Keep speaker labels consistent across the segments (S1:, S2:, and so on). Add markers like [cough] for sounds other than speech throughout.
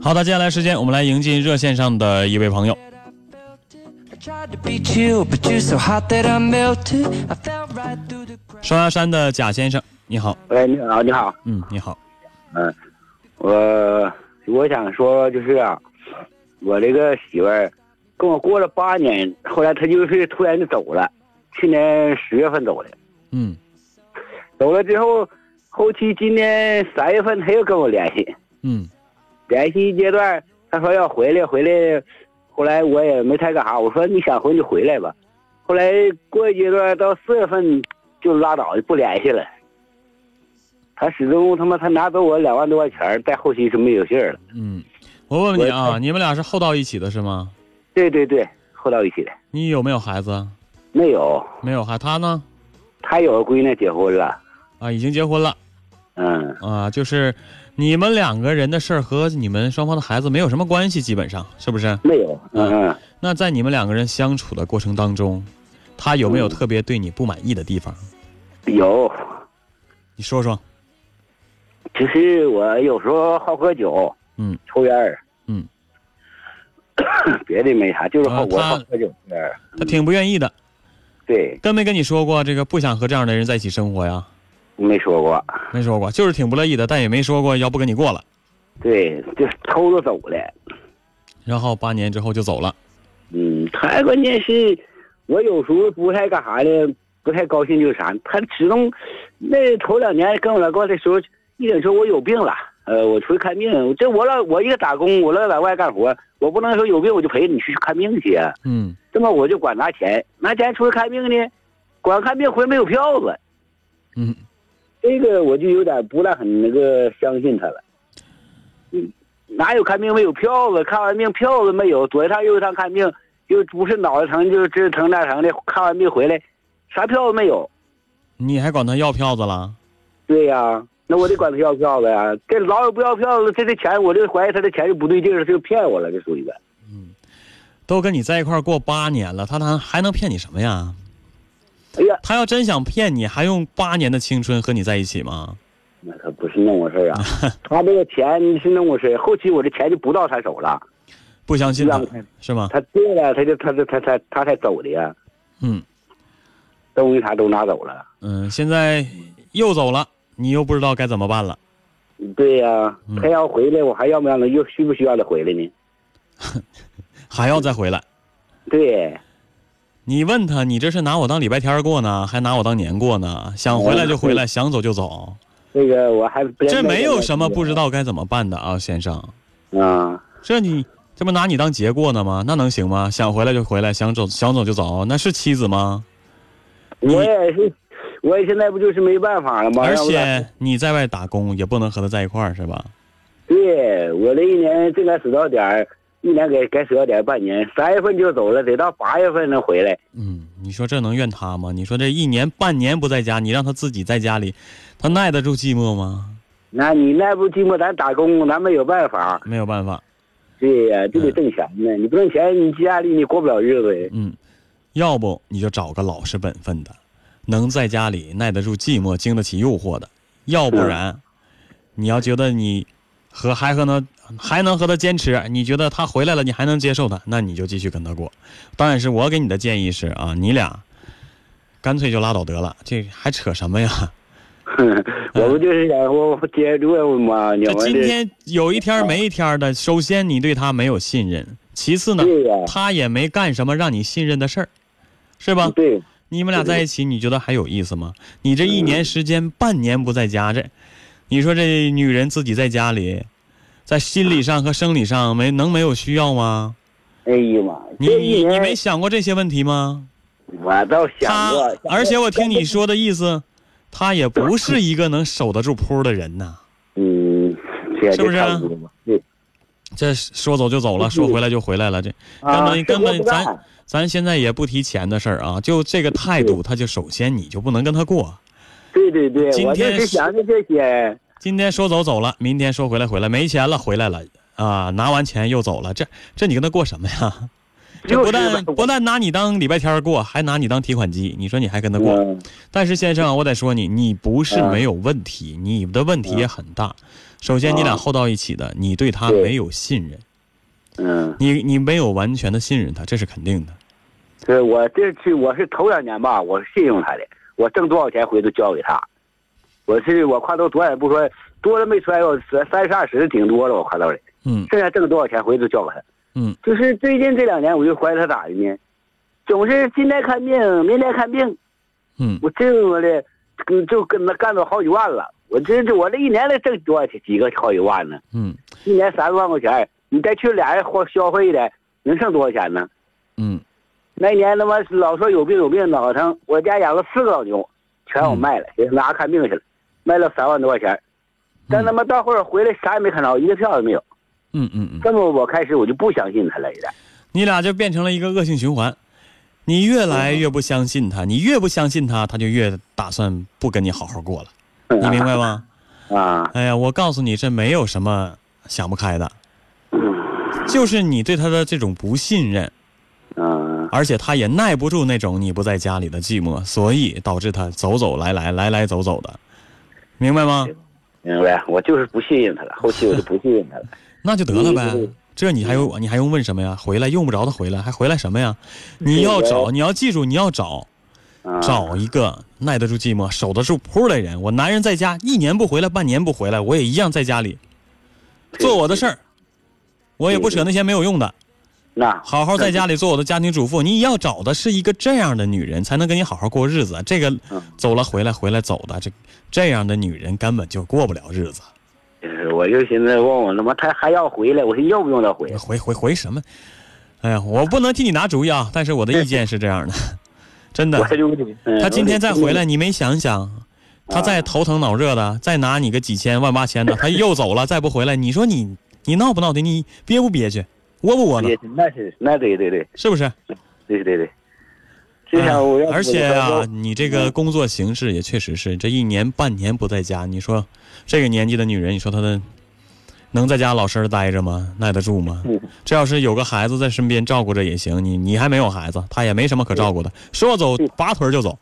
S1: 好的，接下来时间我们来迎进热线上的一位朋友。双鸭山的贾先生，你好。
S2: 喂，哎你好，你好，
S1: 嗯，你好。
S2: 嗯，我我想说就是啊，我这个媳妇儿跟我过了八年，后来她就是突然就走了，去年十月份走的，
S1: 嗯
S2: 走了之后，后期今年三月份她又跟我联系，
S1: 嗯
S2: 联系阶段她说要回来，回来，后来我也没太干啥，我说你想回你就回来吧，后来过一阶段到四月份就拉倒，就不联系了。她始终他妈，她拿走我两万多块钱儿，在后期是没有信儿了。
S1: 嗯，我问问你啊，你们俩是后到一起的是吗？
S2: 对对对，后到一起的
S1: 你有没有孩子？
S2: 没有，
S1: 没有哈，他呢？
S2: 他有个闺女结婚了，
S1: 啊，已经结婚了
S2: 嗯，
S1: 啊，就是你们两个人的事儿和你们双方的孩子没有什么关系，基本上是不是？
S2: 没有，嗯嗯，
S1: 那在你们两个人相处的过程当中，他有没有
S2: 嗯
S1: 特别对你不满意的地方？
S2: 有，
S1: 你说说。
S2: 就是我有时候好喝酒，
S1: 嗯，
S2: 抽烟儿，
S1: 嗯，
S2: [coughs] 别的没啥，就是好、
S1: 啊
S2: 我
S1: 他
S2: 好喝酒抽烟儿，
S1: 他挺不愿意的，
S2: 对，
S1: 跟没跟你说过这个不想和这样的人在一起生活呀？
S2: 没说过，
S1: 没说过，就是挺不乐意的，但也没说过要不跟你过了。
S2: 对，就是偷着走了，
S1: 然后八年之后就走了，
S2: 嗯，他关键是，我有时候不太干啥的，不太高兴就是啥，他始终，那头两年跟我老公的时候，一整说我有病了，呃，我出去看病，这我老我一个打工，我老在外干活，我不能说有病我就陪你去看病去啊，
S1: 嗯
S2: 这么我就管拿钱，拿钱出去看病呢，管看病回来没有票子，
S1: 嗯，
S2: 这个我就有点不大很那个相信他了。嗯，哪有看病没有票子？看完病票子没有，左一趟右一趟看病，就不是脑袋疼就是这疼那疼的。看完病回来，啥票子没有？
S1: 你还管他要票子了？
S2: 对呀、那我得管他要票子呀、这老有不要票子，这这钱我就怀疑他这钱就不对劲儿，他就骗我了，这属于的。
S1: 都跟你在一块儿过八年了，他他还能骗你什么呀？
S2: 哎呀，
S1: 他要真想骗你，还用八年的青春和你在一起吗？
S2: 那可不是那回事儿啊！他这个钱是那回事儿，后期我这钱就不到他手了。
S1: 不相信他
S2: 让他
S1: 是吗？
S2: 他对了，他就他就他他他才走的呀，
S1: 嗯
S2: 东西啥都拿走了。
S1: 嗯，现在又走了，你又不知道该怎么办了。
S2: 对呀、
S1: 嗯
S2: 他要回来，我还要不要了？又需不需要他回来呢？
S1: 还要再回来。
S2: 对，
S1: 你问他，你这是拿我当礼拜天儿过呢，还拿我当年过呢？想回来就回来，想走就走，
S2: 这个我还不
S1: 这没有什么不知道该怎么办的啊，先生。
S2: 啊。
S1: 这你这不拿你当结过呢吗？那能行吗？想回来就回来，想走想走就走，那是妻子吗？你
S2: 我也是，我现在不就是没办法了吗？
S1: 而
S2: 要不然
S1: 且你在外打工也不能和他在一块儿，是吧？
S2: 对我这一年正该死到点儿，一年给该死到点儿半年，三月份就走了，得到八月份能回来。
S1: 嗯，你说这能怨他吗？你说这一年半年不在家，你让他自己在家里，他耐得住寂寞吗？
S2: 那你那不寂寞，咱打工，咱没有办法。
S1: 没有办法，
S2: 对呀、就得挣钱呢。你不挣钱，你家里你过不了日子 [laughs] 呀。
S1: 嗯，要不你就找个老实本分的，能在家里耐得住寂寞、经得起诱惑的，要不然，你要觉得你和还和他还能和他坚持，你觉得他回来了你还能接受他，那你就继续跟他过。当然是我给你的建议是啊，你俩干脆就拉倒得了，这还扯什么呀？
S2: 我不就是想说接着问问吗？你
S1: 这
S2: 们
S1: 今
S2: 这
S1: 天有一天没一天的，首先你对他没有信任，其次呢，
S2: 对呀、
S1: 他也没干什么让你信任的事儿，是吧？
S2: 对。
S1: 你们俩在一起，你觉得还有意思吗？你这一年时间，半年不在家，这，你说这女人自己在家里，在心理上和生理上没能没有需要吗？
S2: 哎呀妈！
S1: 你
S2: 这
S1: 你
S2: 一
S1: 你
S2: 年
S1: 没想过这些问题吗？
S2: 我倒想
S1: 他
S2: 过，想，
S1: 而且
S2: 过
S1: 我听你，说的意思，他也不是一个能守得住坡的人呐。
S2: 嗯，这
S1: 是不啊是
S2: 这差不多吧？对，
S1: 这说走就走了，说回来就回来了，这根
S2: 嗯啊
S1: 本根
S2: 什
S1: 本
S2: 么不干
S1: 咱咱现在也不提钱的事儿啊，就这个态度，他就首先你就不能跟他过。
S2: 对对对，
S1: 今
S2: 我就
S1: 天
S2: 是
S1: 是
S2: 想着这些，
S1: 今天说走走了，明天 [laughs] 说回来回来，没钱了回来了啊，拿完钱又走了，这这你跟他过什么呀？这
S2: 就
S1: 不
S2: 是
S1: 但
S2: 吧
S1: 不但拿你当礼拜天儿过，还拿你当提款机，你说你还跟他过？
S2: 嗯
S1: 但是先生，我得说你，你不是
S2: 嗯
S1: 没有问题，你的问题也很大。首先，你俩
S2: 啊
S1: 耗到一起的，你对他
S2: 对
S1: 没有信任，
S2: 嗯，
S1: 你你没有完全的信任他，这是肯定的。
S2: 对我这次我是头两年吧，我是信用他的，我挣多少钱回头交给他。我是我挎兜多少也不说，多了没揣过，三三十二十挺多了，我挎兜里，
S1: 嗯
S2: 剩下挣多少钱回头交给他。
S1: 嗯，
S2: 就是最近这两年，我就怀疑他咋的呢？总是今天看病，明天看病，
S1: 嗯，
S2: 我这我的，跟嗯就跟他干到好几万了。我这这我这一年得挣多少钱？几个好几万呢？
S1: 嗯
S2: 一年三万块钱，你再去俩人花消费的，能剩多少钱呢？
S1: 嗯
S2: 那一年他妈老说有病有病脑疼，我家养了四个老牛，全我卖
S1: 嗯
S2: 了，给拿看病去了，卖了三万多块钱。但他妈到后来回来啥也没看着，一个票也没有。
S1: 嗯嗯嗯，
S2: 这么我开始我就不相信他了，现在。
S1: 你俩就变成了一个恶性循环，你越来越不相信他，你越不相信他，他就越打算不跟你好好过了，
S2: 嗯
S1: 你明白吗？
S2: 啊，
S1: 哎呀，我告诉你，这没有什么想不开的，就是你对他的这种不信任，
S2: 嗯，
S1: 而且他也耐不住那种你不在家里的寂寞，所以导致他走走来来，来来走走的，明白
S2: 嗯
S1: 吗？
S2: 明白，我就是不信任他了，后期我就不信任他了。
S1: 那就得了呗
S2: 嗯。
S1: 这你还用你还用问什么呀？回来用不着他回来，还回来什么呀？你要找，你要记住，你要找
S2: 啊、
S1: 找一个耐得住寂寞、守得住铺的人。我男人在家一年不回来，半年不回来，我也一样在家里做我的事儿，我也不扯那些没有用的。
S2: 那
S1: 好好在家里做我的家庭主妇。你要找的是一个这样的女人，才能跟你好好过日子。啊这个
S2: 嗯
S1: 走了回来，回来走的，这这样的女人根本就过不了日子。
S2: 就是我就寻思问我他妈他还要回来，我说要不用他回来？
S1: 回回回什么？哎呀，我不能替你拿主意啊，但是我的意见是这样的， [laughs] 真的。
S2: 我就嗯
S1: 他今天再回来，你没想想，他再头疼脑热
S2: 啊
S1: 的，再拿你个几千万八千的，他又走
S2: [laughs]
S1: 了，再不回来，你说你你闹不闹的？你憋不憋屈？窝不窝
S2: 我
S1: 囊
S2: 也？那是那对对对
S1: 是不是？
S2: 对对对，这下我要
S1: 而且啊，你这个
S2: 嗯
S1: 工作形式也确实是，这一年半年不在家，你说这个年纪的女人，你说她的能在家老实儿待着吗？耐得住吗
S2: 嗯？
S1: 这要是有个孩子在身边照顾着也行，你你还没有孩子，她也没什么可照顾的，说走
S2: 嗯
S1: 拔腿儿就走，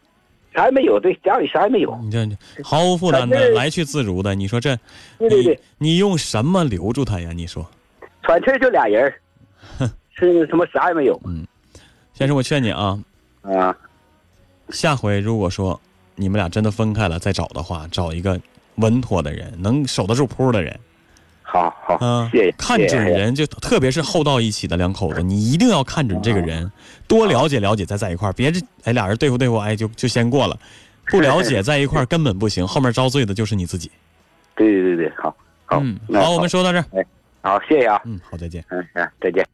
S2: 啥也没有，对家里啥也没有，
S1: 你这毫无负担
S2: 反
S1: 的
S2: 正
S1: 来去自如的，你说这
S2: 对对对，
S1: 你你用什么留住她呀？你说，
S2: 喘气儿就俩人儿，
S1: [laughs]
S2: 是他妈啥也没有
S1: 先生，我劝你啊，
S2: 啊
S1: 下回如果说你们俩真的分开了再找的话，找一个稳妥的人，能守得住铺的人。
S2: 好好
S1: 嗯，，
S2: 谢谢，
S1: 看
S2: 谢谢
S1: 准，人就特别是厚到一起的两口子，你一定要看准这个人，
S2: 啊
S1: 多了解了解再在一块儿，别这哎俩人对付对付，哎就就先过了，不了解在一块儿根本不行，后面遭罪的就是你自己。
S2: [laughs] 对对对对，好好
S1: 嗯，
S2: 那
S1: 好，我们说到这儿，
S2: 好谢谢啊，
S1: 嗯，好，再见。
S2: 嗯嗯，再见。